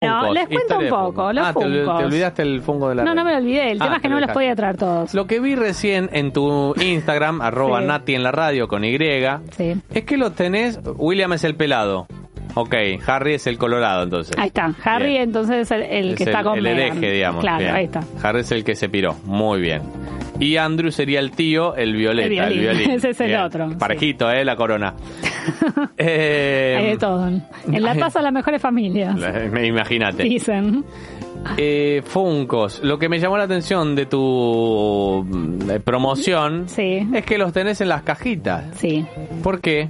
No, Funkos les y cuento un teléfono. poco. Los ah, te, ol- Funkos. te olvidaste el fungo de la No, no reina. me lo olvidé. El Ah, tema es que te no me los dejaste. podía traer todos. Lo que vi recién en tu Instagram, arroba Sí. Nati en la radio con Y, Sí. es que los tenés, William es el pelado. Ok, Harry es el colorado entonces. Ahí está. Harry, Bien. entonces, el, el que Es está el- con El Meghan. hereje, digamos. Claro, Bien. ahí está. Harry es el que se piró. Muy bien. Y Andrew sería el tío, el violeta, El el violín. violín. Ese es el Bien. otro, sí. Parejito, ¿eh? La corona. Eh, Hay de todo. En La Paz a las mejores familias, la- me- Imagínate. dicen. Eh, Funcos, lo que me llamó la atención de tu mm, eh, promoción Sí. es que los tenés en las cajitas. Sí. ¿Por qué?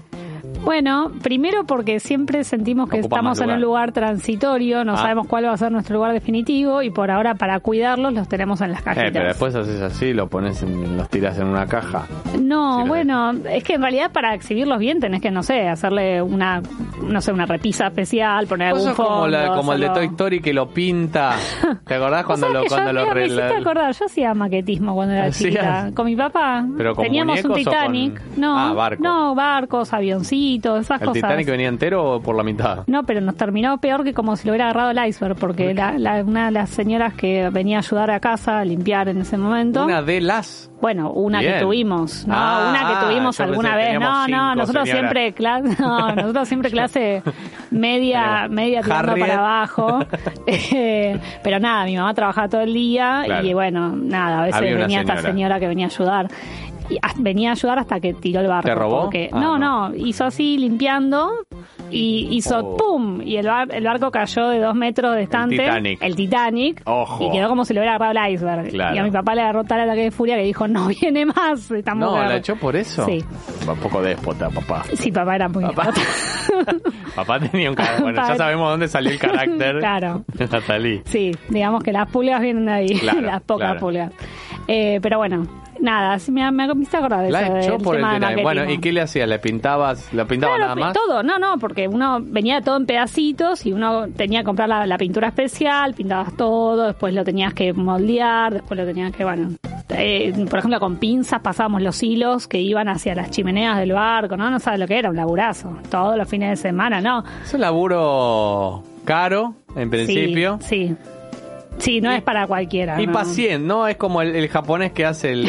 Bueno, primero porque siempre sentimos que Ocupa más estamos en un lugar transitorio, no Ah. sabemos cuál va a ser nuestro lugar definitivo y por ahora para cuidarlos los tenemos en las Eh, pero cajitas. después haces así, lo pones en- los tiras en una caja. No, Sí, lo bueno, es que en realidad para exhibirlos bien tenés que, no sé, hacerle una, no sé, una repisa especial, poner Vos algún sos fondo. Pues como, la- como el de hacerlo- Toy Story que lo pinta. ¿Te acordás Vos cuando sabés lo que yo- cuando lo mira, me re- hiciste acordar, yo hacía maquetismo cuando era ¿Hacías? chiquita. Con mi papá ¿Pero con teníamos un muñecos o con- Titanic. No, Ah, barco. no, barcos, avioncitos, esas ¿El cosas. Titanic venía entero o por la mitad? No, pero nos terminó peor que como si lo hubiera agarrado el iceberg, porque la- la- una de las señoras que venía a ayudar a casa a limpiar en ese momento. Una de las. Bueno, una que Bien. tuvimos, no, Ah, una que ah, tuvimos yo alguna pensé que vez. No, teníamos no, cinco nosotros señoras. siempre clase, no, nosotros siempre clase media, Tenemos media tirando Harriet. para abajo. Eh, pero nada, mi mamá trabajaba todo el día y Claro. bueno, nada, a veces Había una venía esta señora. señora que venía a ayudar. Y as- venía a ayudar hasta que tiró el barco. ¿Te robó? porque- Ah, no, no, no. hizo así limpiando y hizo Oh. ¡pum! Y el, bar- el barco cayó de dos metros de estante. Titanic. El Titanic. Ojo. Y quedó como si lo hubiera agarrado el iceberg. Claro. Y a mi papá le agarró tal ataque de furia que dijo, no viene más. esta No, mujer". la echó por eso. Sí. Un poco déspota, papá. Sí, papá era muy... Papá. Papá tenía un carácter. Bueno, Padre. ya sabemos dónde salió el carácter. Claro. de Natalí. Sí, digamos que las pulgas vienen de ahí, Claro, las pocas claro. pulgas. Eh, pero bueno, nada, sí me, me, me hice acordar de eso, La echó del por el tema de Titanic. Bueno, ¿y maquetismo. qué le hacías? ¿Le pintabas? ¿La pintaba Claro, nada más? todo, no, no, porque uno venía todo en pedacitos y uno tenía que comprar la, la pintura especial, pintabas todo, después lo tenías que moldear, después lo tenías que, bueno, eh, por ejemplo, con pinzas pasábamos los hilos que iban hacia las chimeneas del barco, ¿no? No sabes lo que era, un laburazo, todos los fines de semana, ¿no? Es un laburo caro, en principio. Sí, sí. Sí, no es para cualquiera. Y ¿no? paciente, ¿no? Es como el, el japonés que hace el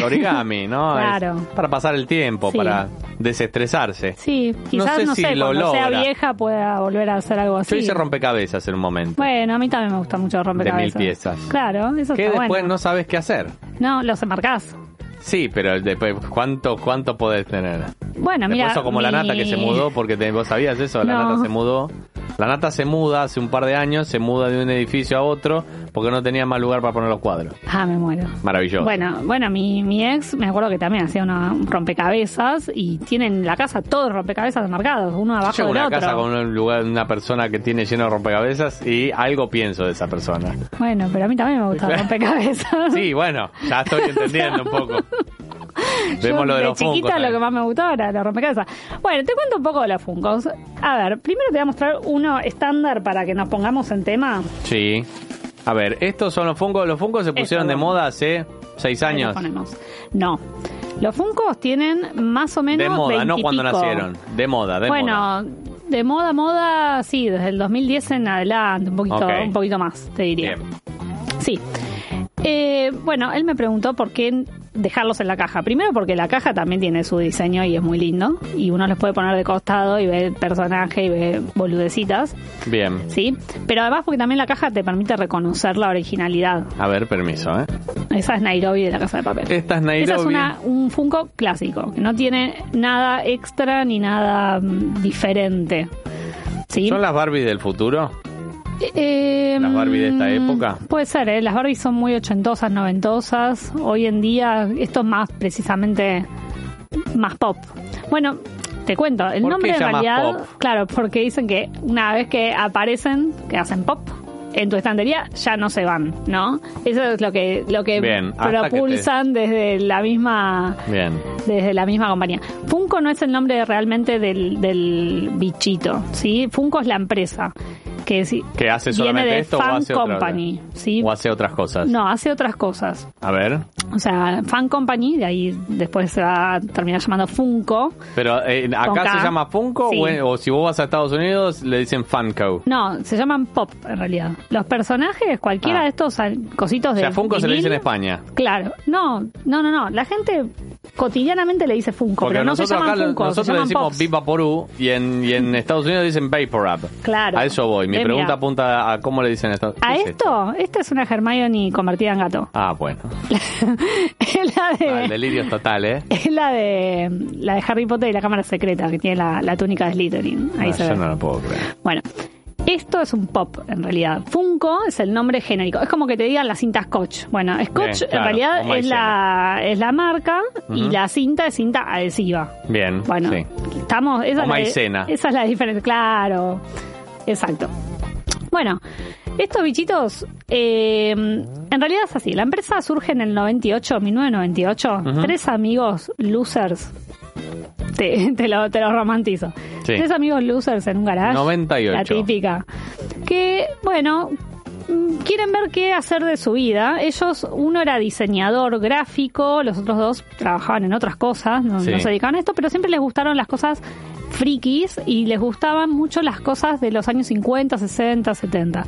origami, ¿no? Es Claro. para pasar el tiempo, Sí. para desestresarse. Sí, quizás, no sé, sé si lo cuando sea logra. vieja pueda volver a hacer algo así. Yo hice rompecabezas en un momento. Bueno, a mí también me gusta mucho rompecabezas. mil piezas. Claro, eso que está después bueno. no sabes qué hacer. No, los enmarcás. Sí, pero después, ¿cuánto, cuánto podés tener? Bueno, Después Ah, mira. sos como la mi- nata que se mudó, porque te- vos sabías eso, la No. nata se mudó. La nata se muda hace un par de años, se muda de un edificio a otro, porque no tenía más lugar para poner los cuadros. Ah, me muero. Maravilloso. Bueno, bueno, mi, mi ex, me acuerdo que también hacía una, un rompecabezas y tienen la casa todos rompecabezas enmarcados, uno Yo abajo llego a del una otro. casa con un lugar, una persona que tiene lleno de rompecabezas y algo pienso de esa persona. Bueno, pero a mí también me gusta el rompecabezas. Sí, bueno, ya estoy entendiendo un poco. Vemos Yo lo de de los chiquita Funkos lo que también. más me gustaba era los rompecabezas. Bueno, te cuento un poco de los Funkos. A ver, primero te voy a mostrar uno estándar para que nos pongamos en tema. Sí. A ver, estos son los fungos. Los fungos se Esto, pusieron de bueno. moda hace seis Ahí años. los ponemos. No. Los Funkos tienen más o menos De moda, no 20 y cuando pico. nacieron. De moda, de moda. bueno, de moda, moda, sí, desde el 2010 en adelante, un poquito, Ok. un poquito más, te diría. Bien. Sí. Eh, bueno, él me preguntó por qué dejarlos en la caja. Primero porque la caja también tiene su diseño y es muy lindo. Y uno los puede poner de costado y ve el personaje y ve boludecitas, Bien. ¿sí? Pero además porque también la caja te permite reconocer la originalidad. A ver, permiso, ¿eh? Esa es Nairobi de la Casa de Papel. Esta es Nairobi. Esa es una- un Funko clásico, que no tiene nada extra ni nada mm, diferente. ¿Sí? ¿Son las Barbie del futuro? Eh, ¿Las Barbie de esta época? Puede ser, ¿eh? las Barbie son muy ochentosas, noventosas. Hoy en día esto es más precisamente más pop. Bueno, te cuento, el ¿Por nombre qué en llamas realidad, pop? claro, porque dicen que una vez que aparecen, que hacen pop, en tu estantería ya no se van, ¿no? Eso es lo que, lo que Bien, hasta propulsan desde la misma Bien. desde la misma compañía. Funko no es el nombre realmente del, del bichito, ¿sí? Funko es la empresa que, sí- ¿Que hace solamente viene de esto o Fan hace otra Company, ¿sí? O hace otras cosas. No, hace otras cosas. A ver. O sea, Fan Company, de ahí después se va a terminar llamando Funko. Pero eh, Con acá K. se llama Funko Sí. o, en- o si vos vas a Estados Unidos le dicen Funko. No, se llaman Pop en realidad. Los personajes, cualquiera Ah. de estos ah, cositos O de. sea, Funko se le dice en vinilo, España. Claro, no, no, no, no. La gente cotidianamente le dice Funko, Porque pero no se nosotros llaman acá Funko, nosotros se llaman decimos Pops. Mm. Viva Porú y en, y en Estados Unidos dicen Vaporub. Claro. A eso voy. Mi Eh, pregunta mira. apunta a cómo le dicen en Estados A ¿Qué es esto, esta es una Hermione convertida en gato. Ah, bueno. es la Ah, de, el delirio es total, ¿eh? es la de la de Harry Potter y la cámara secreta que tiene la, la túnica de Slytherin. Ahí Ah, se yo ve. no lo puedo creer. Bueno, esto es un pop en realidad. Funko es el nombre genérico. Es como que te digan la cinta Scotch. Bueno, Scotch Bien, claro, en realidad como es la, es la marca y la cinta es cinta adhesiva. Bien. Bueno, sí. estamos. Esa O es la- maicena. esa es la diferencia, claro. Exacto. Bueno, estos bichitos, eh, en realidad es así. La empresa surge en el 98, 1998. Tres amigos losers. Te, te lo, te lo romantizo. Sí. Tres amigos losers en un garage. 98. La típica. Que, bueno, mm, quieren ver qué hacer de su vida. Ellos, uno era diseñador gráfico, los otros dos trabajaban en otras cosas, no, Sí. no se dedicaban a esto, pero siempre les gustaron las cosas frikis y les gustaban mucho las cosas de los años 50, 60, 70.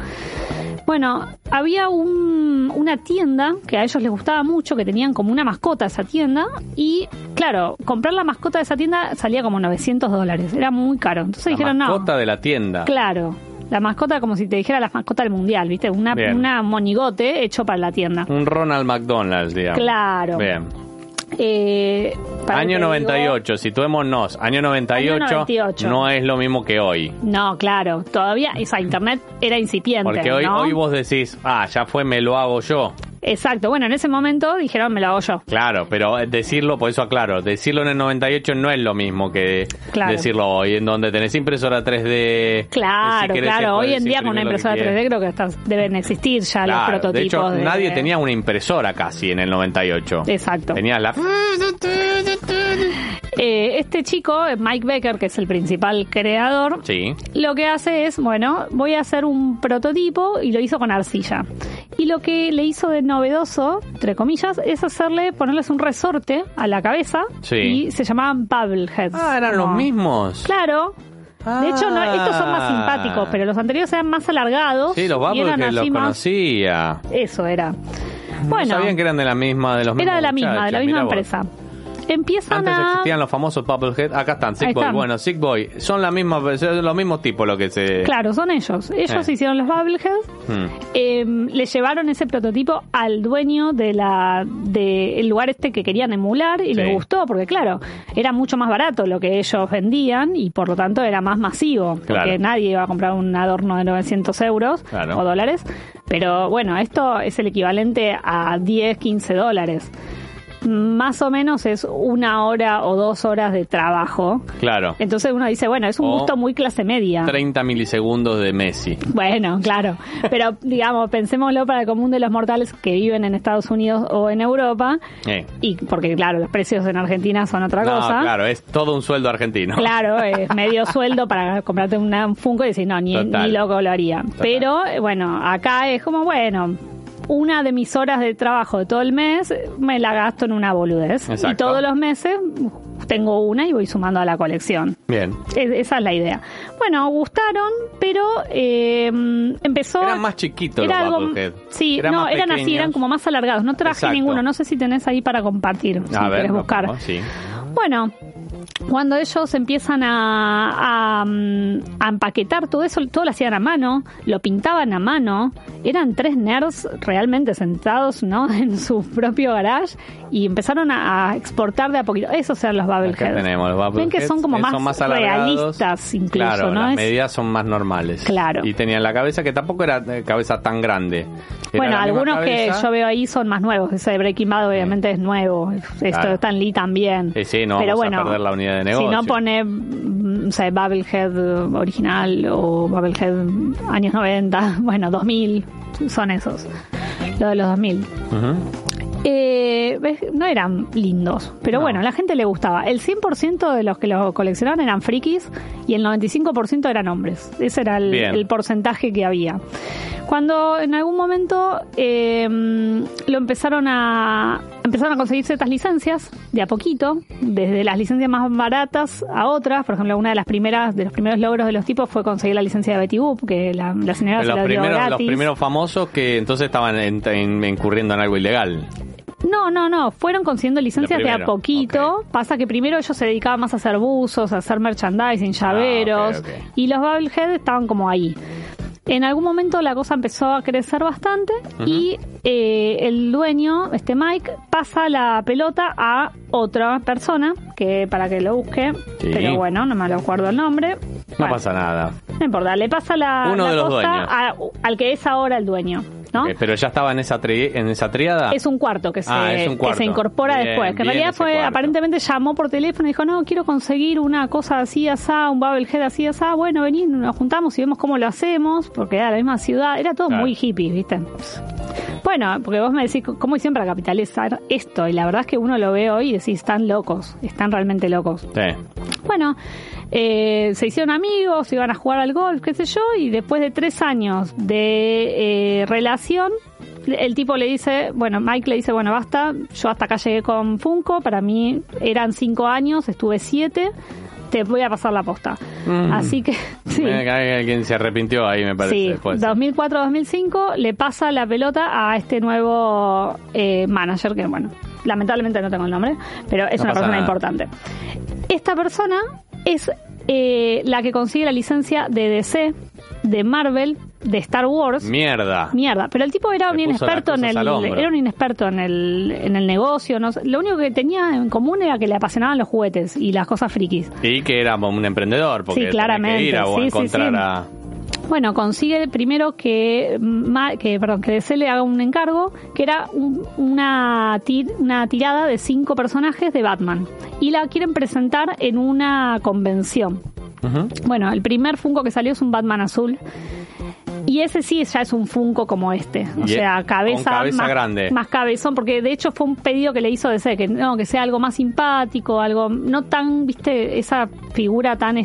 Bueno, había un- una tienda que a ellos les gustaba mucho, que tenían como una mascota esa tienda, y claro, comprar la mascota de esa tienda salía como 900 dólares, era muy caro. Entonces La dijeron, no, mascota de la tienda. Claro. La mascota, como si te dijera la mascota del mundial, ¿viste? Una, Bien. una monigote hecho para la tienda. Un Ronald McDonald's, digamos. Claro. Bien. Eh, para que Año te digo- 98, situémonos. Año 98, Año 98. no es lo mismo que hoy. No, claro. Todavía esa internet era incipiente. Porque hoy, ¿no? hoy vos decís, ah, ya fue, me lo hago yo. Exacto. Bueno, en ese momento dijeron, me lo hago yo. Claro, pero eh, decirlo, por eso aclaro, decirlo en el 98 no es lo mismo que Claro. decirlo hoy, en donde tenés impresora 3D. Claro, si querés, claro. podés Hoy en día imprimir con una lo que impresora quieras. 3D creo que hasta deben existir ya los Claro, prototipos. de hecho, de- nadie tenía una impresora casi en el 98. Exacto. Ah. Tenía la... Eh, este chico, Mike Becker, que es el principal creador, Sí. lo que hace es, bueno, voy a hacer un prototipo y lo hizo con arcilla. Y lo que le hizo de novedoso, entre comillas, es hacerle, ponerles un resorte a la cabeza Sí. y se llamaban Bubbleheads. Ah, eran los Como- mismos. Claro. De hecho, no, estos son más Ah. simpáticos, pero los anteriores eran más alargados. Sí, los y vamos eran que los así más- conocía. Eso era. No Bueno, sabían que eran de la misma, de los mismos era de la misma, de la muchachos, misma mirá vos. empresa. Empiezan Antes a... existían los famosos Bubblehead. Acá están, Sick Ahí Boy. están. Bueno, Sick Boy. Son la misma, son los mismos tipos lo que se... Claro, son ellos. Ellos Eh. hicieron los Bubbleheads. Hmm. Eh, le llevaron ese prototipo al dueño de la de el lugar este que querían emular y Sí. le gustó porque claro era mucho más barato lo que ellos vendían y por lo tanto era más masivo porque Claro. nadie iba a comprar un adorno de 900 euros Claro. o dólares pero bueno esto es el equivalente a 10 15 dólares más o menos es una hora o dos horas de trabajo Claro. entonces uno dice bueno es un O gusto muy clase media 30 milisegundos de Messi. bueno, claro. Pero, digamos, pensémoslo para el común de los mortales que viven en Estados Unidos o en Europa. Eh. Y porque, claro, los precios en Argentina son otra No, cosa. claro, es todo un sueldo argentino. Claro, es medio sueldo para comprarte una- un Funko y decir, no, ni, Total. ni loco lo haría. Pero, eh, bueno, acá es como, bueno, una de mis horas de trabajo de todo el mes eh, me la gasto en una boludez. Y Exacto. todos los meses tengo una y voy sumando a la colección. Bien. Es- esa es la idea. Bueno, gustaron, pero eh, empezó. Eran más chiquitos Era los algo- Bubblehead. Sí, Eran no, más eran así, pequeños. eran como más alargados. No traje Exacto. ninguno. No sé si tenés ahí para compartir, si A ver, querés lo buscar. pongo, sí. Bueno, cuando ellos empiezan a, a, mm, a empaquetar todo eso, todo lo hacían a mano, lo pintaban a mano, eran tres nerds realmente sentados ¿no? en su propio garage y empezaron a, a exportar de a poquito. Esos eran los Acá Bubbleheads. tenemos los Bubble Ven que son como Heads, más, son alargados. realistas incluso, Claro, ¿no? las Es- medidas son más normales. Claro. Y tenían la cabeza que tampoco era eh, cabeza tan grande. Era Bueno, la misma algunos que cabeza. Mm. yo veo ahí son más nuevos. Ese de Breaking Bad obviamente es nuevo. Esto Claro. de Stan Lee también. Sí, sí, no Pero vamos a bueno, perder la unidad de Si negocio. no pone, mm, o sea, Bubblehead original o Bubblehead años 90, bueno, 2000, son esos. Lo de los 2000. Ujú. Eh, ves, no eran lindos, pero No. bueno, a la gente le gustaba. El 100% de los que lo coleccionaban eran frikis y el 95% eran hombres. Ese era el, Bien. el porcentaje que había. Cuando en algún momento eh, lo empezaron a empezaron a conseguir ciertas licencias de a poquito, desde las licencias más baratas a otras, por ejemplo, una de las primeras de los primeros logros de los tipos fue conseguir la licencia de Betty Boop, que la, la señora se Los, la dio primeros, los gratis. primeros famosos que entonces estaban en- en- incurriendo en algo ilegal. No, no, no. Fueron consiguiendo licencias Lo de a primero, poquito. Pasa que primero ellos se dedicaban más a hacer buzos, a hacer merchandising, llaveros. Ah, ok, ok. Y los Bubblehead estaban como ahí. En algún momento la cosa empezó a crecer bastante y eh, el dueño, este Mike, pasa la pelota a otra persona, que para que lo busque, Sí. pero bueno, no me acuerdo el nombre. No Bueno, pasa nada. No importa, le pasa la, Uno la de los posta dueños. a- al que es ahora el dueño, ¿no? Ok, Eh, pero ya estaba en esa, tri- en esa triada. Es un cuarto que se, Ah, es un cuarto. Que se incorpora Bien, después. Que en bien realidad ese fue, cuarto. aparentemente llamó por teléfono y dijo, no, quiero conseguir una cosa así, asá, un Bubblehead así, asá. Bueno, vení, nos juntamos y vemos cómo lo hacemos, porque era la misma ciudad. Era todo Claro. muy hippie, ¿viste? Bueno, porque vos me decís, ¿cómo hicieron para capitalizar esto? Y la verdad es que uno lo ve hoy y decís, están locos, están realmente locos. Sí. Bueno, eh, se hicieron amigos, iban a jugar al golf, qué sé yo, y después de tres años de eh, relación, el tipo le dice, bueno, Mike le dice, bueno, basta, yo hasta acá llegué con Funko, para mí eran cinco años, estuve siete, te voy a pasar la posta. Así que, sí. Eh, hay Alguien se arrepintió ahí, me parece. Sí, después. 2004-2005 le pasa la pelota a este nuevo eh, manager, que bueno, lamentablemente no tengo el nombre, pero es No una pasa persona nada. importante. Esta persona es eh, la que consigue la licencia de DC, de Marvel, de Star Wars. Mierda. Mierda, pero el tipo era Le un puso las inexperto en cosas el al hombro. era un inexperto en el, en el negocio, no sé. lo único que tenía en común era que le apasionaban los juguetes y las cosas frikis. Y que era un emprendedor, porque Sí, tenés claramente, que ir a, o a sí, sí, encontrar sí. a... Bueno, consigue primero que, Ma- que, perdón, que DC le haga un encargo, que era un- una, tir- una tirada de cinco personajes de Batman. Y la quieren presentar en una convención. Ujú. Bueno, el primer Funko que salió es un Batman azul. Y ese sí ya es un Funko como este. O Y- sea, con cabeza, cabeza más, grande. más cabezón, porque de hecho fue un pedido que le hizo DC, que no, que sea algo más simpático, algo no tan, viste, esa figura tan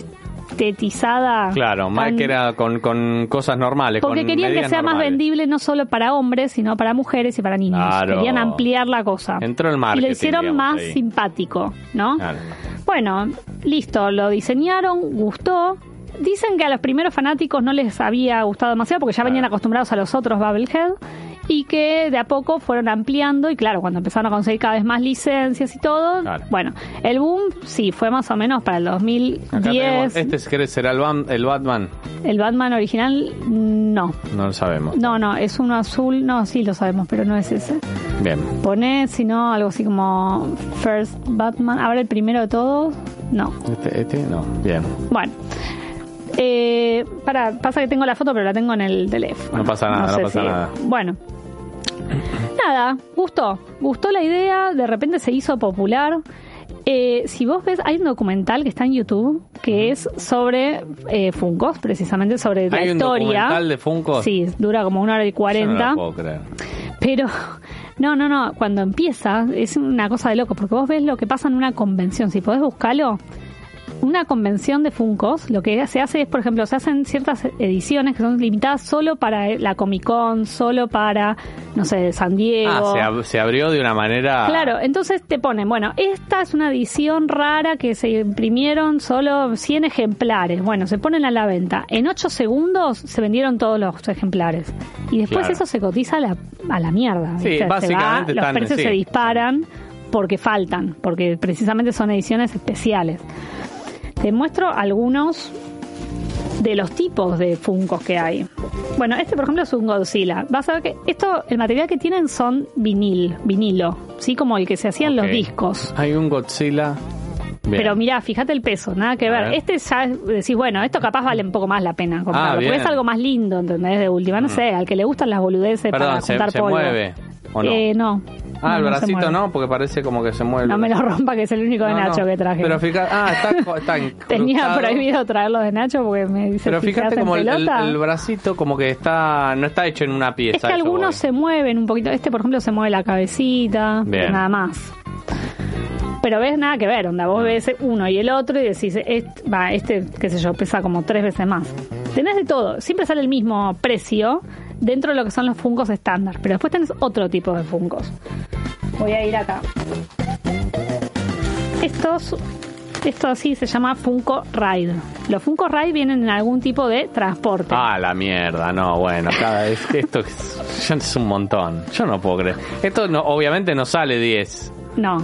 estetizada. Claro, más tan- que era con, con cosas normales. porque con querían que medidas sea más normales. vendible no solo para hombres, sino para mujeres y para niños. Claro. Querían ampliar la cosa. Entró el y marketing, lo hicieron digamos, más ahí. simpático, ¿no? Claro. Bueno, listo, lo diseñaron, gustó. Dicen que a los primeros fanáticos no les había gustado demasiado porque ya venían Claro. acostumbrados a los otros Bubblehead y que de a poco fueron ampliando y claro, cuando empezaron a conseguir cada vez más licencias y todo, Claro. bueno, el boom sí fue más o menos para el Acá 2010. tenemos- este cree será el, Bam- el Batman. El Batman original no. No lo sabemos. No, no, es uno azul, no, sí lo sabemos, pero no es ese. Bien. Poné, si no, algo así como First Batman. Ahora el primero de todos. No. Este, este no. Bien. Bueno. Eh, para, pasa que tengo la foto, pero la tengo en el teléfono. No pasa nada, no pasa nada. Bueno. Nada, gustó. Gustó la idea, de repente se hizo popular. Eh, si vos ves, hay un documental que está en YouTube que es sobre eh, Funkos, precisamente sobre la ¿Hay un historia. documental de Funko? Sí, dura como una hora y Yo no cuarenta. lo puedo creer. Pero, no, no, no, cuando empieza es una cosa de loco, porque vos ves lo que pasa en una convención, si podés buscarlo, una convención de Funcos, lo que se hace es, por ejemplo, se hacen ciertas ediciones que son limitadas solo para la Comic Con, solo para, no sé, San Diego. Ah, se, ab- se abrió de una manera... Eh, Claro, entonces te ponen, bueno, esta es una edición rara que se imprimieron solo 100 ejemplares. Bueno, se ponen a la venta. En 8 segundos se vendieron todos los ejemplares. Y después Claro. eso se cotiza a la, a la mierda. Sí, ¿viste? Se básicamente va, están- Los precios sí. se disparan porque faltan, porque precisamente son ediciones especiales. Te muestro algunos de los tipos de funcos que hay. Bueno, este por ejemplo es un Godzilla. Vas a ver que esto, el material que tienen son vinil, vinilo, ¿sí? Como el que se hacían Ok. los discos. Hay un Godzilla. Bien. Pero mira, fíjate el peso, nada que ver. A ver. Ah, Este ya es- decís, bueno, esto capaz vale un poco más la pena comprarlo. porque bien. Mm. es algo más lindo, ¿entendés? De última, no sé, al que le gustan las boludeces para Perdón, se, juntar se polvo. mueve. ¿O no? Eh, no. ah, el No, no se bracito mueve. no, porque parece como que se mueve. No me lo rompa, que es el único de No, no. Nacho que traje. Pero fíjate, ah, está, co- está Tenía incrustado. prohibido traerlo de Nacho porque me dice Pero si se fíjate hace como el, el- pelota. el bracito como que está no está hecho en una pieza. es que eso algunos voy. se mueven un poquito. Este, por ejemplo, se mueve la cabecita, Bien. nada más. Pero ves nada que ver, onda. Vos ves uno y el otro y decís, este, va, este, qué sé yo, pesa como tres veces más. Tenés de todo. Siempre sale el mismo precio dentro de lo que son los funcos estándar. Pero después tenés otro tipo de funcos. Voy a ir acá. Estos, esto así se llama Funko Ride. Los Funko Ride vienen en algún tipo de transporte. Ah, la mierda, no, bueno, cada vez que esto es, ya es un montón. Yo no puedo creer. Esto no, obviamente no sale 10, No.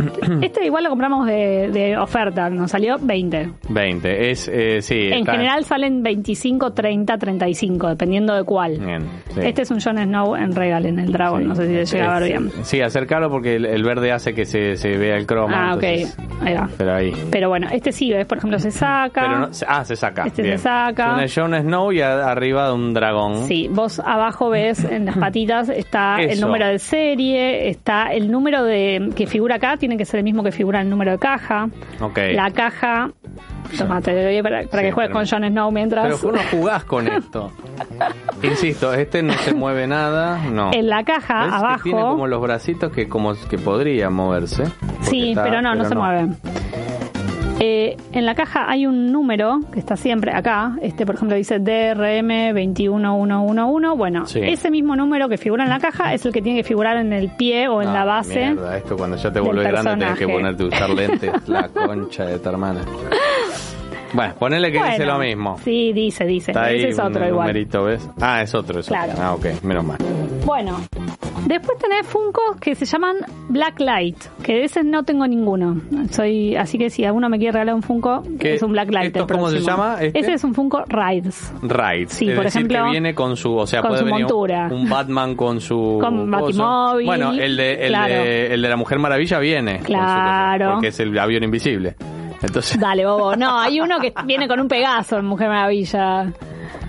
Este igual lo compramos de, de oferta, nos salió 20. 20. Es, eh, sí, En está- general salen 25, 30, 35, dependiendo de cuál. Bien, sí. Este es un Jon Snow en Regal, en el Dragon, Sí. este no sé si se llega a ver Es- bien. Sí, acercarlo porque el, el verde hace que se, se vea el croma. Ah, ok, entonces- ahí va. Pero ahí. Pero bueno, este sí, ¿ves? Por ejemplo, se saca. Pero no, se- ah, se saca. Este se bien. saca. Es un Jon Snow y a- arriba de un dragón. Sí, vos abajo ves en las patitas está el Eso. número de serie, está el número de que figura acá, tiene que ser el mismo que figura el número de caja. Ok. La caja, toma, te doy para, para Sí, que juegues pero- con Jon Snow mientras. Pero vos no jugás con esto. Insisto, este no se mueve nada, no. En la caja ¿Ves que Ah, abajo. tiene como los bracitos que como que podría moverse. Porque Sí, está- pero no, no se mueve. Eh, en la caja hay un número que está siempre acá. Este, por ejemplo, dice DRM 21111. Bueno, Sí. ese mismo número que figura en la caja es el que tiene que figurar en el pie o en Ah, la base. mierda, esto cuando ya te del vuelves grande tenés que personaje. ponerte a usar lentes, la concha de tu hermana. Bueno, ponele que Bueno, dice lo mismo. Sí, dice, dice. Está ahí Ese es un otro igual. numerito, ¿ves? Ah, es otro, es otro. Claro. Ah, ok, menos mal. Bueno, después tenés Funko que se llaman Blacklight, que de ese no tengo ninguno. Soy, así que si alguno me quiere regalar un Funko, ¿Qué? es un Blacklight. ¿Esto el cómo se próximo. llama, este? Ese es un Funko Rides. Right. Sí, es por decir, ejemplo, que viene con su, o sea, con puede su venir un- montura. un Batman con su Con coso. Batimóvil, Bueno, el de, el, claro. de, el de la Mujer Maravilla viene. con su coso, Claro. porque es el avión invisible. Entonces, Dale, bobo. No, hay uno que viene con un Pegaso en Mujer Maravilla.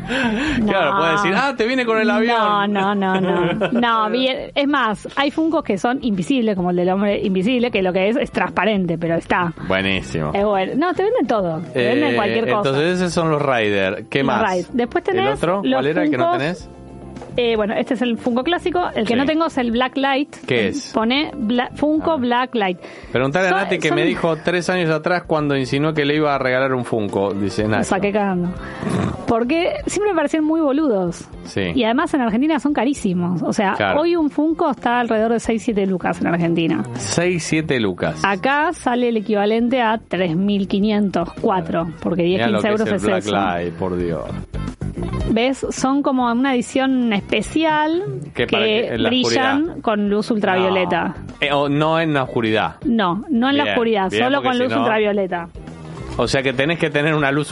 claro, No. puede decir, ah, te viene con el avión. No, no, no, no. No, bien- es más, hay funcos que son invisibles, como el del hombre invisible, que lo que es es transparente, pero está. Buenísimo. Es bueno. No, te venden todo. Te venden Eh, cualquier cosa. Entonces esos son los Rider. ¿Qué Los más? Ride. Después tenés ¿El otro? los ¿Cuál era el que no Funkos. tenés? Eh, bueno, este es el Funko clásico. El que Sí. no tengo es el Black Light. Eh, ¿Qué es? Ah. Pone Bla- Funko Black Light. Preguntale a Son- Nati que son- me dijo tres años atrás cuando insinuó que le iba a regalar un Funko. Dice Lo Nati. saqué cagando. Porque siempre me parecían muy boludos. Sí. Y además en Argentina son carísimos. O sea, Claro. hoy un Funko está alrededor de 6-7 lucas en Argentina. 6, 7 lucas. Acá sale el equivalente a 3.500, 4, porque 10, Mirá lo 15 que euros es el es, Black eso. Light, por Dios. ¿Ves? Son como una edición especial que, Que para que- en la brillan oscuridad. con luz ultravioleta. No. Eh, o no en la oscuridad. No, no, en la Bien, oscuridad, bien, solo porque con si luz no- ultravioleta. O sea que tenés que tener una luz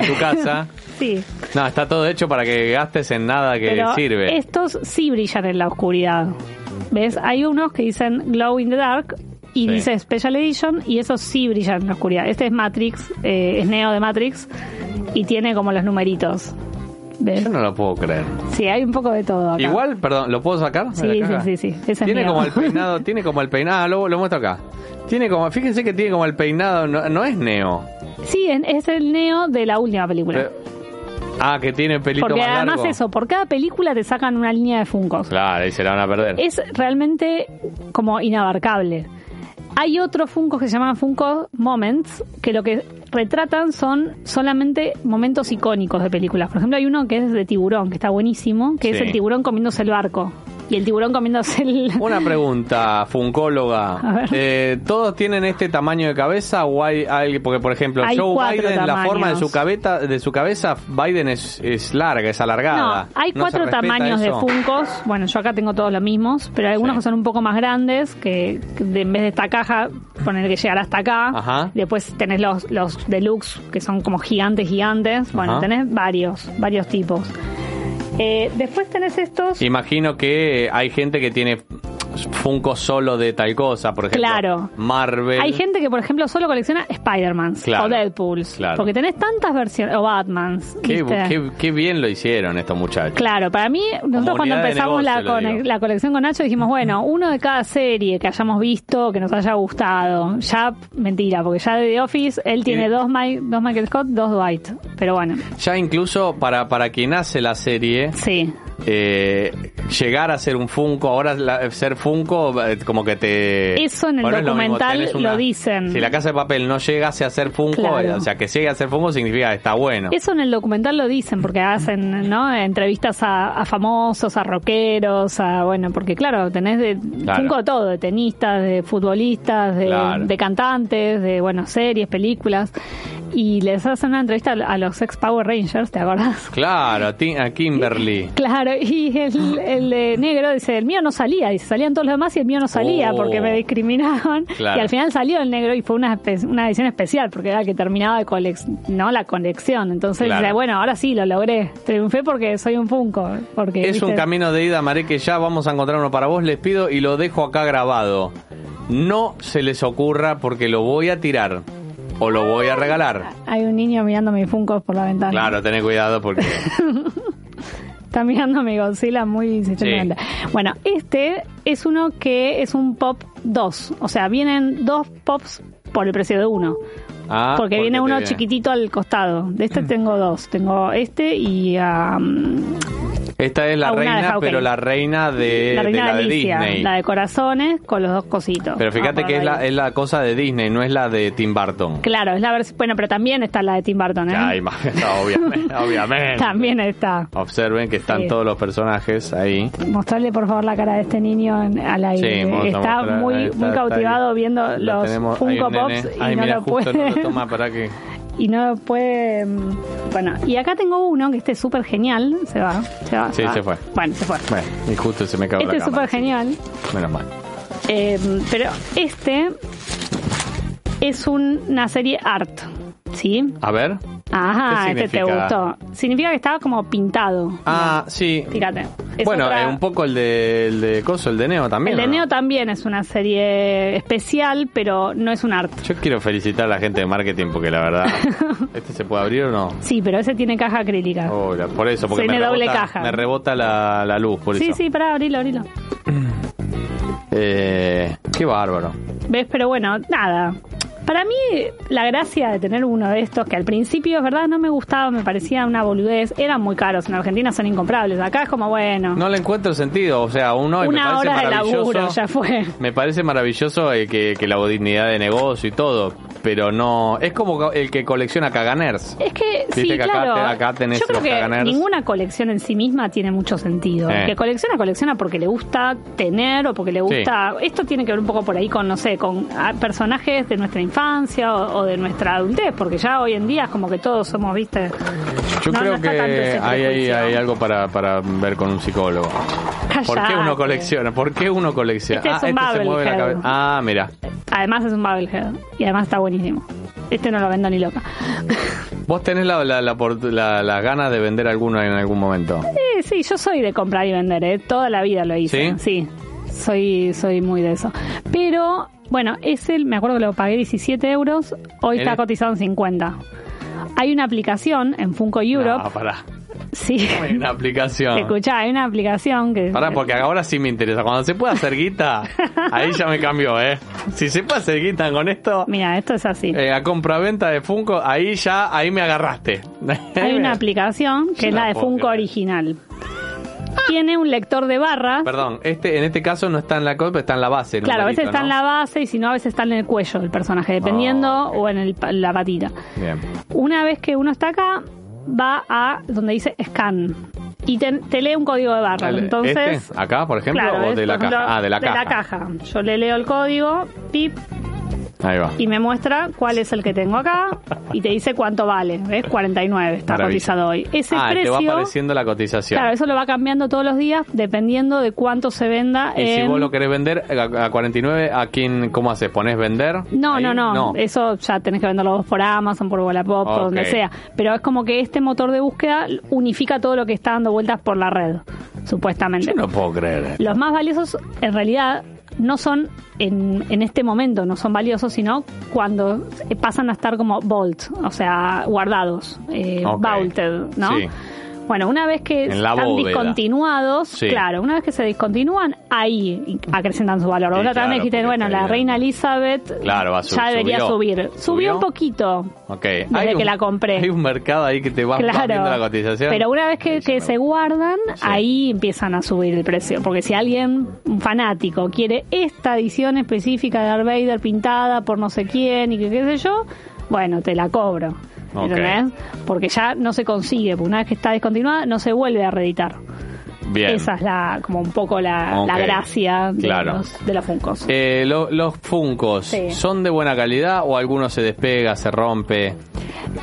en tu casa. Sí. no, está todo hecho para que gastes en nada que Pero sirve. estos sí brillan en la oscuridad. ¿Ves? Hay unos que dicen Glow in the Dark y Sí. dice Special Edition y esos sí brillan en la oscuridad. Este es Matrix, eh, es Neo de Matrix y tiene como los numeritos. ¿Ves? Yo no lo puedo creer. Sí, hay un poco de todo acá. Igual, perdón, ¿lo puedo sacar? de Sí, la sí, caja? sí, sí. Ese es Tiene mío. como el peinado, tiene como el peinado, ah, lo, lo muestro acá. Tiene como, fíjense que tiene como el peinado, no, no es Neo. Sí, es, es el Neo de la última película. Pero- ah, que tiene pelito Porque más además largo. eso, por cada película te sacan una línea de Funkos. Claro, ahí se la van a perder. es realmente como inabarcable. Hay otros Funkos que se llaman Funko Moments, que lo que retratan son solamente momentos icónicos de películas. Por ejemplo, hay uno que es de tiburón, que está buenísimo, que es Sí. el tiburón comiéndose el barco. Y el tiburón comiéndose el... Una pregunta, A funcóloga. ver. Eh, ¿Todos tienen este tamaño de cabeza o hay alguien? Porque, por ejemplo, Hay Joe cuatro Biden, la tamaños. forma de su, cabeza, de su cabeza, Biden es, es larga, es alargada. No, hay ¿No se cuatro respeta tamaños de eso? Funkos. Bueno, yo acá tengo todos los mismos, pero hay algunos Sí. que son un poco más grandes, que, que de- en vez de esta caja, poner que llegará hasta acá. Ajá. Después tenés los, los deluxe, que son como gigantes, gigantes. Bueno, Ajá. tenés varios, varios tipos. Eh, después tenés estos. Imagino que hay gente que tiene Funko solo de tal cosa, por ejemplo. Claro. Marvel. Hay gente que, por ejemplo, solo colecciona Spider-Mans Claro. o Deadpools. Claro. Porque tenés tantas versiones. O Batmans. Qué, ¿viste? qué- qué bien lo hicieron estos muchachos. Claro, para mí, Como nosotros cuando unidad de empezamos la, negocio, le cone- digo. la colección con Nacho dijimos, bueno, uno de cada serie que hayamos visto, que nos haya gustado. Ya, mentira, porque ya de The Office él tiene Tiene- dos, Mi- dos Michael Scott, dos Dwight. Pero bueno, Ya incluso para, para quien hace la serie, sí. eh, llegar a ser un Funko, ahora la- ser Funko, eh, como que te... Eso en el es lo mismo, documental tenés lo dicen. Si la casa de papel no llegase a ser Funko, Claro. eh, o sea, que llegue a ser Funko significa está bueno. Eso en el documental lo dicen, porque hacen ¿no? entrevistas a, a famosos, a rockeros, a, bueno, porque claro, tenés de Claro. Funko todo, de tenistas, de futbolistas, de, Claro. de cantantes, de, bueno, series, películas. Y les hacen una entrevista a los ex Power Rangers, ¿te acordás? Claro, a Tim- a Kimberly. Claro, y el, el de negro dice, el mío no salía, dice, salían todos los demás y el mío no salía Oh. porque me discriminaban. Claro. Y al final salió el negro y fue una, espe- una edición especial porque era el que terminaba de colec- ¿no? la colección. Entonces Claro. dice, bueno, ahora sí, lo logré. Triunfé porque soy un Funko. Porque, Es un ¿viste? camino de ida, Maré, que ya vamos a encontrar uno para vos, les pido y lo dejo acá grabado. No se les ocurra porque lo voy a tirar o lo voy a regalar. Hay un niño mirando mis Funkos por la ventana. Claro, tened cuidado porque... Está mirando mi Godzilla muy sinceramente. Bueno, este es uno que es un pop 2. O sea, vienen dos pops por el precio de uno. Ah, porque viene te Mm. uno chiquitito al costado. De este tengo dos. Tengo este y um, am, Esta es la Ah, una de reina, Hawkeye. pero la reina Eh, de la de reina la de, de Alicia, Disney. la de corazones con los dos cositos. Pero fíjate Ah, que es la, ahí. es la cosa de Disney, no es la de Tim Burton. Claro, es la versión. Bueno, pero también está la de Tim Burton, ¿eh? Ya, imagínate, obviamente, obviamente. También está. Observen que están Sí. todos los personajes ahí. Mostrarle por favor la cara de este niño en- al aire. Sí, vamos a está mostrar, ahí muy, está, muy está cautivado ahí. viendo Lo los tenemos, hay Funko un nene. Pops y Ay, no mira, lo justo no puede. lo toma para que y no lo puede. mm, Bueno, y acá tengo uno que este es súper genial. Se va, se va. Sí, va. se fue. Bueno, se fue. Bueno, y justo se me acabó este la es súper cámara. genial. Menos mal. Eh, pero este es un- una serie art, ¿sí? A ver. Ajá, ¿Qué este te significa? gustó. Significa que estaba como pintado. Ah, sí. Fíjate. Es bueno, otra- eh, un poco el de, el de Coso, el de Neo también. El de ¿o no? Neo también es una serie especial, pero no es un art. Yo quiero felicitar a la gente de marketing porque la verdad. ¿Este se puede abrir o no? Sí, pero ese tiene caja acrílica. Oh, la- por eso, porque Tiene me rebota, doble caja. me rebota la, la luz, por sí, eso. sí, pará, abrilo, abrilo. Eh, qué bárbaro. ¿Ves? Pero bueno, nada. Para mí, la gracia de tener uno de estos, que al principio, es verdad, no me gustaba, me parecía una boludez, eran muy caros. En Argentina son incomprables. Acá es como, bueno, No le encuentro sentido, o sea, uno y una me parece hora de maravilloso. laburo, ya fue. Me parece maravilloso eh, que, que la dignidad de negocio y todo, pero no. Es como el que colecciona Caganers. Es que Viste sí, que acá claro. te- acá tenés Yo creo los que Caganers. ninguna colección en sí misma tiene mucho sentido. Eh. El que colecciona, colecciona porque le gusta tener o porque le gusta. Esto tiene que ver un poco por ahí con, no sé, con ah, personajes de nuestra infancia o, o de nuestra adultez, porque ya hoy en día es como que todos somos, viste. Yo No, creo no está que tanto ese hay, hay, prejuicio. hay algo para, para ver con un psicólogo. ¿Por qué uno Callate. colecciona? ¿Por qué uno colecciona? Este es ah, un este se Babel mueve la Head. cabeza. Ah, mira. Además es un Babelhead y además está buenísimo. Este no lo vendo ni loca. Vos tenés la, la, la, por- la- las ganas de vender alguno en algún momento. Sí, Eh, sí, yo soy de comprar y vender, ¿eh? toda la vida lo hice. Sí. Soy, soy muy de eso. Pero, bueno, ese me acuerdo que lo pagué 17 euros, hoy ¿En está el- cotizado en 50. Hay una aplicación en Funko Europe, Ah, pará. sí. Hay una aplicación. Escuchá, hay una aplicación que... Pará, porque ahora sí me interesa. Cuando se pueda hacer guita, ahí ya me cambió, ¿eh? Si se puede hacer guita con esto, Mira, esto es así. eh, a compraventa de Funko, ahí ya, ahí me agarraste. Hay una aplicación eh, Yo que es la no de puedo Funko creer. Ah. original. Tiene un lector de barras. Perdón, este, en este caso no está en la copa, está en la base. en un Claro, a veces palito, está en ¿no? la base y si no, a veces está en el cuello el personaje, dependiendo, Oh, ok. o en el pa- la patita. Bien. Una vez que uno está acá, va a donde dice scan y te, te lee un código de barra. Dale, Entonces, ¿Este? ¿Acá, por ejemplo? claro, ¿O es, de la por caja? ejemplo, Ah, de la caja. Yo le leo el código, pip, Ahí va. y me muestra cuál es el que tengo acá y te dice cuánto vale. ¿Ves? 49 está Maravilla. cotizado hoy. Ese ah, precio. te va apareciendo la cotización. Claro, eso lo va cambiando todos los días dependiendo de cuánto se venda. y si en- vos lo querés vender a, a 49, ¿a quién, cómo haces? ¿Ponés vender? No, Ahí, no, no, Eso ya tenés que venderlo vos por Amazon, por Wallapop, por Ok. donde sea. Pero es como que este motor de búsqueda unifica todo lo que está dando vueltas por la red, supuestamente. Yo no puedo creer. Los más valiosos, en realidad, no son en, en este momento, no son valiosos, sino cuando pasan a estar como vault, o sea, guardados, eh, Ok. vaulted, ¿no? Sí. Bueno, una vez que En la están bóveda. discontinuados, Sí. claro, una vez que se discontinúan, ahí acrecentan su valor. Sí, Ahora claro, también dijiste, porque bueno, está la bien. reina Elizabeth Claro, va a su- ya debería subió. subir. Subió, ¿Subió? un poquito Ok. desde Hay que un- la compré. Hay un mercado ahí que te va va viendo la cotización. Pero una vez que, que se guardan, Sí. ahí empiezan a subir el precio. Porque si alguien, un fanático, quiere esta edición específica de Darth Vader pintada por no sé quién y que qué sé yo, bueno, te la cobro. Ok. ¿Entendés? Porque ya no se consigue, porque una vez que está descontinuada, no se vuelve a reeditar. Bien. Esa es la, como un poco la, la Ok. gracia de, Claro. los, de los Funkos. Eh, lo- los Funcos, Sí. ¿son de buena calidad o alguno se despega, se rompe?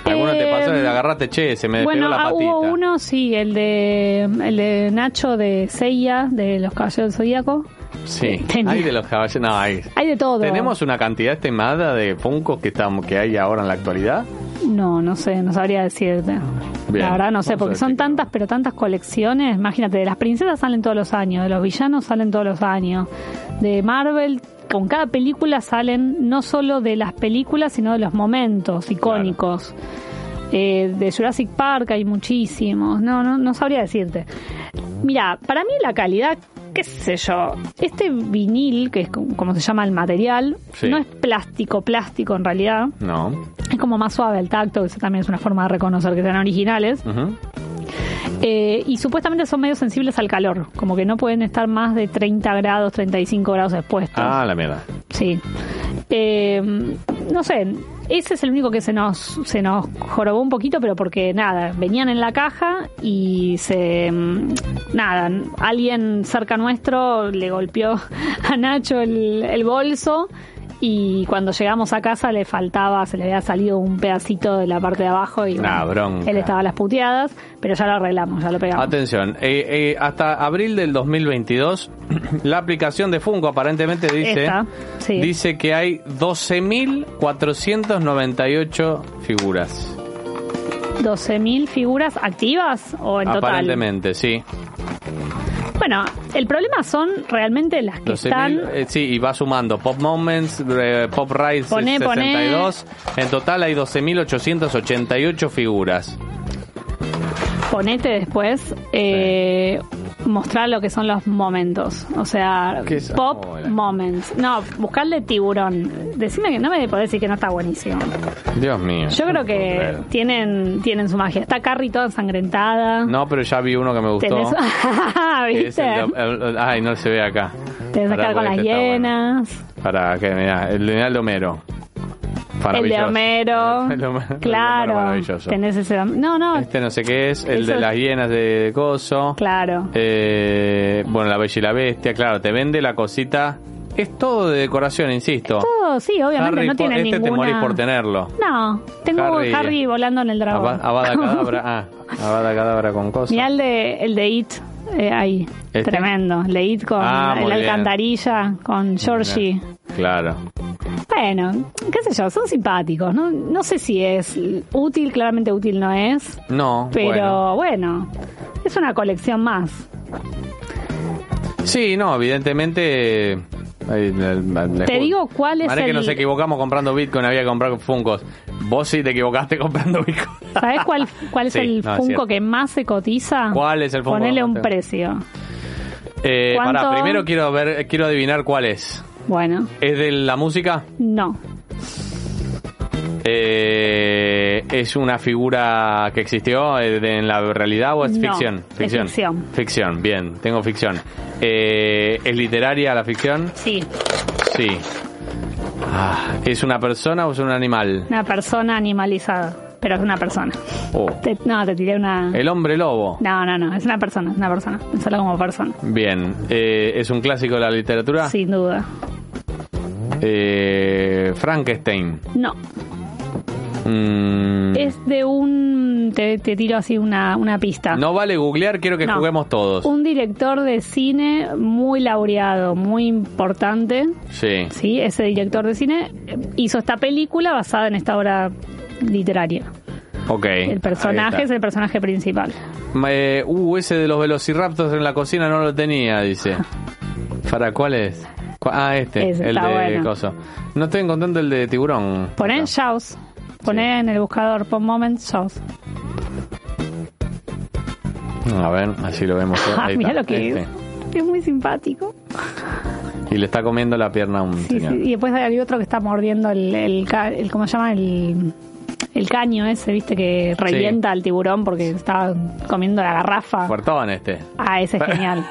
Alguno te pasa, Eh, le agarraste, che, se me despegó Bueno, la ah, patita. hubo uno, sí, el de, el de Nacho de Seiya, de los Caballeros del Zodíaco. Sí, Tenía- hay de los caballeros. No, hay. Hay de todo. ¿Tenemos una cantidad estimada de Funcos que, estamos, que hay ahora en la actualidad? No, no sé, no sabría decirte. Bien, la verdad no sé, vamos a porque son checar. tantas, pero tantas colecciones. Imagínate, de las princesas salen todos los años, de los villanos salen todos los años. De Marvel, con cada película salen no solo de las películas, sino de los momentos icónicos. Eh, de Jurassic Park hay muchísimos. No, no, no sabría decirte. Mira, para mí la calidad, qué sé yo, este vinil, que es como como se llama el material, Sí. no es plástico, plástico en realidad. No. Es como más suave el tacto, que eso también es una forma de reconocer que sean originales. Ujú. Eh, y supuestamente son medio sensibles al calor, como que no pueden estar más de 30 grados, 35 grados expuestos. Ah, la mierda. Sí. Eh, no sé, ese es el único que se nos, se nos jorobó un poquito, pero porque nada, venían en la caja y se. mm, Nada, alguien cerca nuestro le golpeó a Nacho el, el bolso. Y cuando llegamos a casa le faltaba, se le había salido un pedacito de la parte de abajo y Nah, bronca. Ah, él estaba a las puteadas, pero ya lo arreglamos, ya lo pegamos. Atención, eh, eh, hasta abril del 2022, la aplicación de Funko aparentemente dice, Esta, sí. dice que hay 12.498 figuras. 12.000 figuras activas o en total. aparentemente, sí. Bueno, el problema son realmente las que 12.000, están. eh, sí, y va sumando Pop Moments, eh, Pop Rise Poné, 62. En total hay 12.888 figuras. Ponete después. eh, Mostrar lo que son los momentos. O sea, ¿Qué es? Oh, pop Hola. moments. No, buscarle tiburón. Decime que no me podés decir que no está buenísimo. Dios mío. Yo creo que tienen, tienen su magia. Está Carrie toda ensangrentada. No, pero ya vi uno que me gustó. Tenés. que es ¿Viste? el de- el- el- ay, no se ve acá. Tenés que Pará, estar con porque las este está bueno. hienas. Para que mira, el de Homero. El de Maravilloso. Homero. El de Homero, el de Homero Claro. maravilloso. Tenés ese. No, no. Este no sé qué es, el Eso- de las hienas de Coso. Claro. este- Eh, bueno, la Bella y la Bestia, claro, te vende la cosita. Es todo de decoración, insisto. Todo, sí, obviamente. Harry no Po- tiene este te ninguna. morís por tenerlo. No, tengo Harry- Harry, volando en el dragón. Ava- Avada Cadabra, ah, Avada Cadabra con cosas. Mirá el de, el de It eh, ahí. ¿Este? Tremendo. El de It con Ah, muy la bien. alcantarilla, con Georgie. Claro. Bueno, qué sé yo, son simpáticos. No, no sé si es útil, claramente útil no es. No, bueno. Pero bueno, es una colección más. Sí, no, evidentemente. eh, ay, le- le- Te ju- digo cuál es Pará que el- nos equivocamos comprando Bitcoin, había que comprar Funkos. Vos sí te equivocaste comprando Bitcoin. ¿Sabes cuál, cuál es Sí, el no, es Funko cierto. que más se cotiza? ¿Cuál es el Funko Ponele que más un te- precio. Eh, ¿Cuánto? pará, primero quiero ver, quiero adivinar cuál es. Bueno, ¿Es de la música? no. Eh, ¿Es una figura que existió eh, de- en la realidad o es No, ficción? es Ficción. ficción. Ficción, bien, tengo ficción. Eh, ¿Es literaria la ficción? Sí, Sí. Ah, ¿Es una persona o es un animal? una persona animalizada. Pero es una persona. Oh. Te- no, te tiré una. El hombre lobo. No, no, no, es una persona, es una persona. Pensalo como persona, Ah. Bien, eh, ¿es un clásico de la literatura? sin duda. Eh, Frankenstein. No, Mm, es de un... Te, te tiro así una, una pista. no vale googlear, quiero que Eh, No. juguemos todos. Un director de cine muy laureado, muy importante. Sí. Sí, ese director de cine eh, hizo esta película basada en esta obra literaria. Ok. El personaje Ahí es está. el personaje principal. Eh, uh, ese de los velociraptors en la cocina no lo tenía, dice. ¿Para cuál es? Cu- Ah, este, Ese el de está bueno. coso. No estoy encontrando el de tiburón. Poné Acá. Jaws. Poné en el buscador, pon Moment Jaws. A ver, así lo vemos. Ahí Mira está, Ah, lo que este. es. Es muy simpático. Y le está comiendo la pierna a un Sí, señor. sí. Y después hay otro que está mordiendo el, el, ca- el- ¿cómo se llama? El, el caño ese, viste, que revienta al tiburón porque estaba comiendo la garrafa. Cuartaban este. Ah, ese es genial.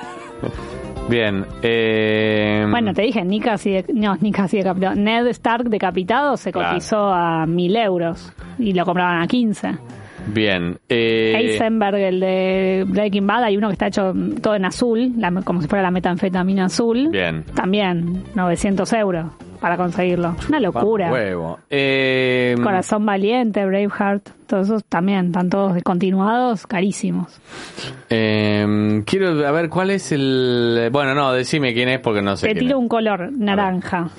Bien. eh, Bueno, te dije, Nick así de- no, Nick así decapitado. Ned Stark decapitado se Claro. cotizó a mil euros y lo compraban a 15. Bien. eh, Heisenberg, el de Breaking Bad, hay uno que está hecho todo en azul, la- como si fuera la metanfetamina azul. Bien. También, 900 euros para conseguirlo. Una locura. Huevo. Eh, Corazón Valiente, Braveheart, todos esos también, están todos descontinuados, carísimos. eh, quiero a ver cuál es el. Bueno, no, decime quién es porque no sé. Te quién tiro es. un color, naranja.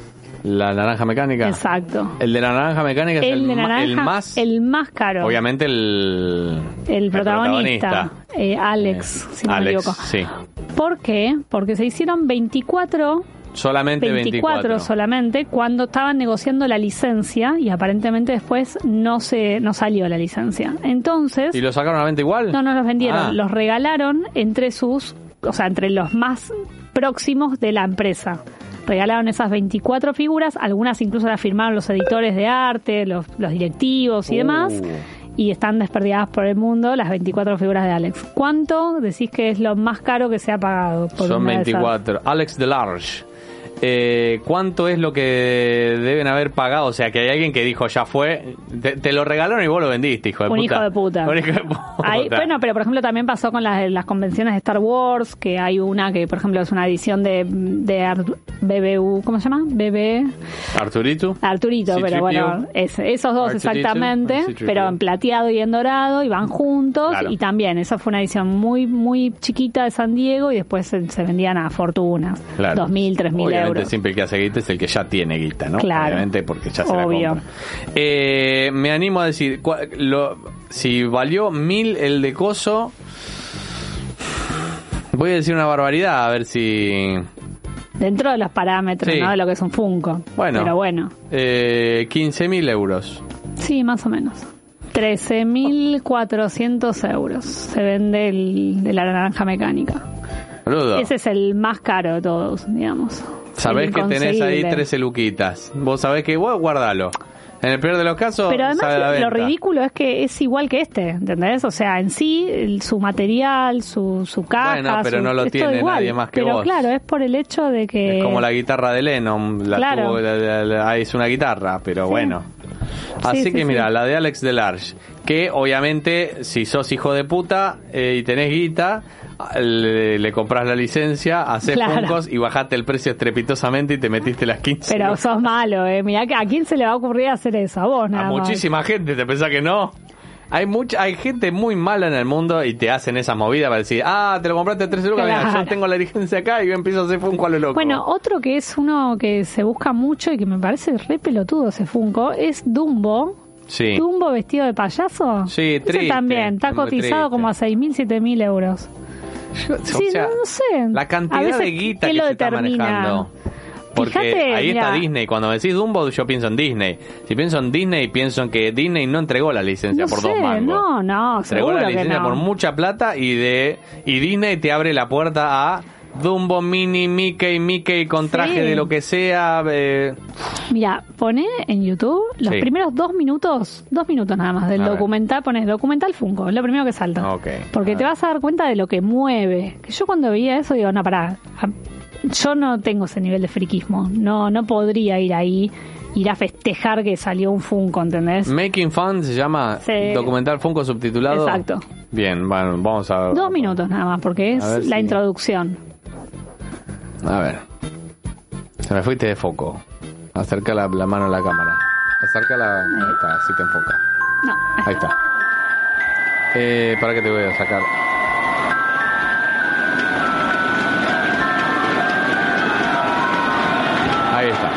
La naranja mecánica. Exacto. El de la naranja mecánica es el, El de ma- naranja, el más. el más caro. Obviamente el. El protagonista, protagonista. eh, Alex, Eh, si no Alex, me equivoco. sí. ¿Por qué? Porque se hicieron 24, Solamente 24, 24. solamente cuando estaban negociando la licencia y aparentemente después no se no salió la licencia. Entonces, ¿Y lo sacaron a la venta igual? no, no los vendieron, Ah, los regalaron entre sus, o sea, entre los más próximos de la empresa. Regalaron esas 24 figuras, algunas incluso las firmaron los editores de arte, los, los directivos y Uh. demás, y están desperdigadas por el mundo las 24 figuras de Alex. ¿Cuánto decís que es lo más caro que se ha pagado? por Son una de esas? 24. Alex DeLarge. Eh, ¿Cuánto es lo que deben haber pagado? O sea, que hay alguien que dijo, ya fue, te, te lo regalaron y vos lo vendiste, hijo de Un puta. hijo de puta. Un hijo de puta. Ahí- bueno, pero por ejemplo también pasó con las, las convenciones de Star Wars, que hay una que por ejemplo es una edición de, de Ar- BBU, ¿cómo se llama? BB... Arturito. Arturito, C-3PO. pero bueno, es- esos dos R2D2, exactamente, C-3PO. pero en plateado y en dorado, y van juntos, Claro. y también, esa fue una edición muy muy chiquita de San Diego, y después se, se vendían a fortunas, Claro. 2.000, 3.000 Obviamente euros. siempre el que hace guita es el que ya tiene guita, ¿no? Claro. Obviamente porque ya se Obvio. la compra. Eh, me animo a decir, cua- lo- si valió mil el de coso, voy a decir una barbaridad, a ver si... Dentro de los parámetros, Sí. ¿no? De lo que es un Funko. Bueno. Pero bueno, Eh, 15.000 euros. sí, más o menos. 13.400 euros se vende el de la naranja mecánica. Boludo. Ese es el más caro de todos, digamos. Sabés El que tenés ahí inconseguible. 13 luquitas. Vos sabés que vos guardalo. En el peor de los casos, Pero sale a la además lo venta. ridículo es que es igual que este, ¿entendés? O sea, en sí, el- su material, su, su caja... Bueno, pero su- no lo es todo tiene igual. nadie más que pero vos. claro, es por el hecho de que... Es como la guitarra de Lennon. La Eh, Claro. tuvo- la- la- la- es una guitarra, pero bueno. Así sí, que sí. mira, la de Alex Delarge. Que obviamente, si sos hijo de puta eh, y tenés guita, le, le compras la licencia, haces Claro. Funkos y bajaste el precio estrepitosamente y te metiste las 15. Pero sos malo, ¿eh? Mirá, que- ¿a quién se le va a ocurrir hacer eso? A vos, nada A más. muchísima gente, ¿te pensás que no? Hay mucha, hay gente muy mala en el mundo y te hacen esas movidas para decir, ah, te lo compraste a 13 lucas, mirá, Claro. yo tengo la dirigencia acá y yo empiezo a hacer Funko a lo loco. Bueno, otro que es uno que se busca mucho y que me parece re pelotudo ese Funko es Dumbo. sí. Dumbo vestido de payaso. Sí, Ese triste, también, está es muy cotizado triste. como a 6.000, 7.000 euros. Yo- Sí, o sea, no, no sé. La cantidad A veces, de guita ¿qué que lo se está determina? manejando. Porque Fíjate, ahí está mirá. Disney. Cuando me decís Dumbo, yo pienso en Disney. Si pienso en Disney, pienso en que Disney no entregó la licencia No por sé, dos mangos. no, no, Entregó la seguro que licencia no. por mucha plata y de y Disney te abre la puerta a Dumbo, Mini, Mickey, Mickey con Sí. traje de lo que sea. eh, Mira, pone en YouTube los Sí. primeros dos minutos, dos minutos nada más del A ver. documental, pones documental Funko, es lo primero que salta. Ok. Porque A te ver. vas a dar cuenta de lo que mueve. Que yo cuando veía eso digo, no, pará, a- yo no tengo ese nivel de friquismo, no, no podría ir ahí, ir a festejar que salió un Funko, ¿entendés? Making Fun se llama Sí. documental Funko subtitulado. Exacto. Bien, bueno, vamos a Dos minutos nada más, porque Mm. A ver es la si- introducción. A ver. Se me fuiste de foco. Acerca la, la mano a la cámara. Acerca la. Ahí está, así te enfoca. No. Ahí está. Eh, para que te voy a sacar. Ahí está.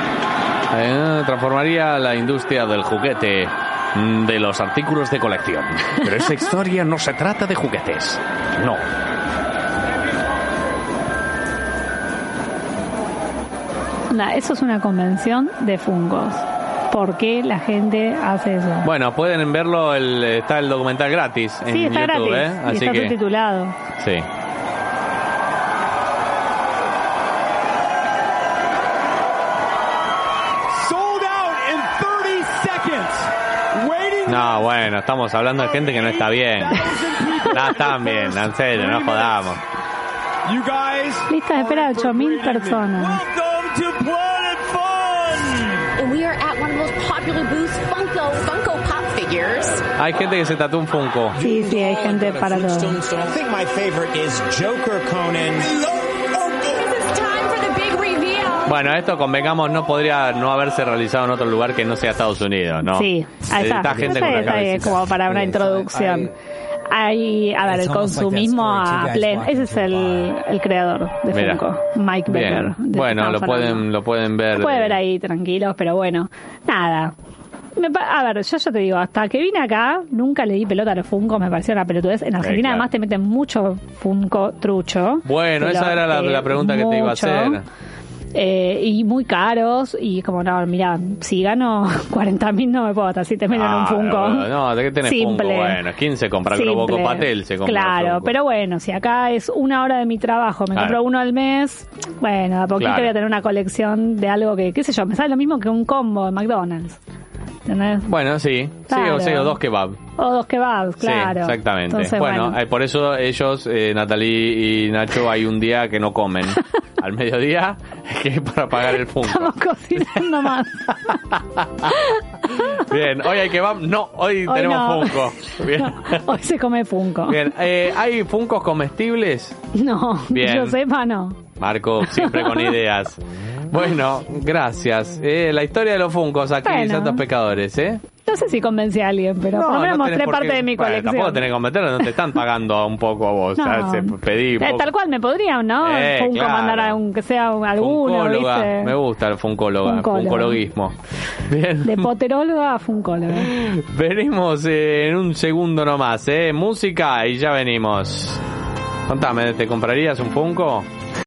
Eh, transformaría la industria del juguete mm, de los artículos de colección. Pero esa historia no se trata de juguetes. No. Nah, eso es una convención de fungos. ¿Por qué la gente hace eso? Bueno, pueden verlo, el, está el documental gratis en sí, está YouTube, gratis. ¿eh? Y Así está que. subtitulado. Sí. Sold out in 30 seconds. Waiting No, bueno, estamos hablando de gente que no está bien. No están bien, en serio, no jodamos. You guys. Lista de espera de 8.000 8.000 personas. Welcome to Planet Fun. And we are at one of the most popular booths, Funko, Funko Pop figures. Hay gente que se tatúa un Funko. Sí, sí, hay gente para todo. I think my favorite is Joker Conan. This is time for the big reveal. Bueno, esto convengamos no podría no haberse realizado en otro lugar que no sea Estados Unidos, ¿no? Sí, ahí está. Está gente Está con bien, la está bien, cabecita. como para una Sí, introducción. Hay, a ver, el It's almost like that consumismo story, two a guys pleno. walking Ese es through a el, el creador de Mira. Funko, Mike Becker. Bien. del que Bueno, lo estamos hablando. pueden, lo pueden ver. Puede eh, ver ahí tranquilos, pero bueno, nada. Me pa- a ver, yo ya te digo, hasta que vine acá, nunca le di pelota a los Funko, me pareció una pelotudez. En Argentina claro. además te meten mucho Funko trucho. Bueno, Te lo- esa era la- eh, la pregunta que te iba a hacer. Eh, y muy caros, y como no, mira, si gano 40 mil no me puedo hasta si te meten un Ah, Funko. boludo, no, ¿de qué tenés Simple. Funko? Bueno, ¿quién se compra Simple. Globo Copatel? Se compra Claro, Funko. pero bueno, si acá es una hora de mi trabajo, me Claro. compro uno al mes, bueno, de a poquito Claro. voy a tener una colección de algo que, qué sé yo, me sale lo mismo que un combo de McDonald's. ¿Entendés? Bueno, sí. Claro. Sí, o sí, o dos kebab. O dos kebabs, claro. Sí, exactamente. Entonces, bueno, bueno, eh, por eso ellos, eh, Natalie y Nacho, hay un día que no comen. Al mediodía, que es para pagar el estamos Funko. cocinando más. Bien, hoy hay kebab. No, hoy, Hoy tenemos no. Funko. Bien. Hoy se come Funko. Bien, eh, ¿hay Funcos comestibles? No, Bien. que yo sepa, no. Marco, siempre con ideas. Bueno, gracias. Eh, la historia de los Funcos aquí en Bueno. Santos Pecadores, ¿eh? No sé si convencí a alguien, pero por lo menos tenés mostré por parte qué- de mi Bueno, colección. tampoco tenés que meterlo, no te están pagando un poco a vos. No. o sea, se- pedí. un Eh, poco. Tal cual, me podrían, ¿no? Eh, Funko claro. mandar a un- que sea un- alguno, Funcóloga. ¿viste? Me gusta el funcóloga, Funcóloga. funcologismo. Bien. De poteróloga a funcóloga. Venimos eh, en un segundo nomás, ¿eh? Música y ya venimos. Contame, ¿te comprarías un Funko?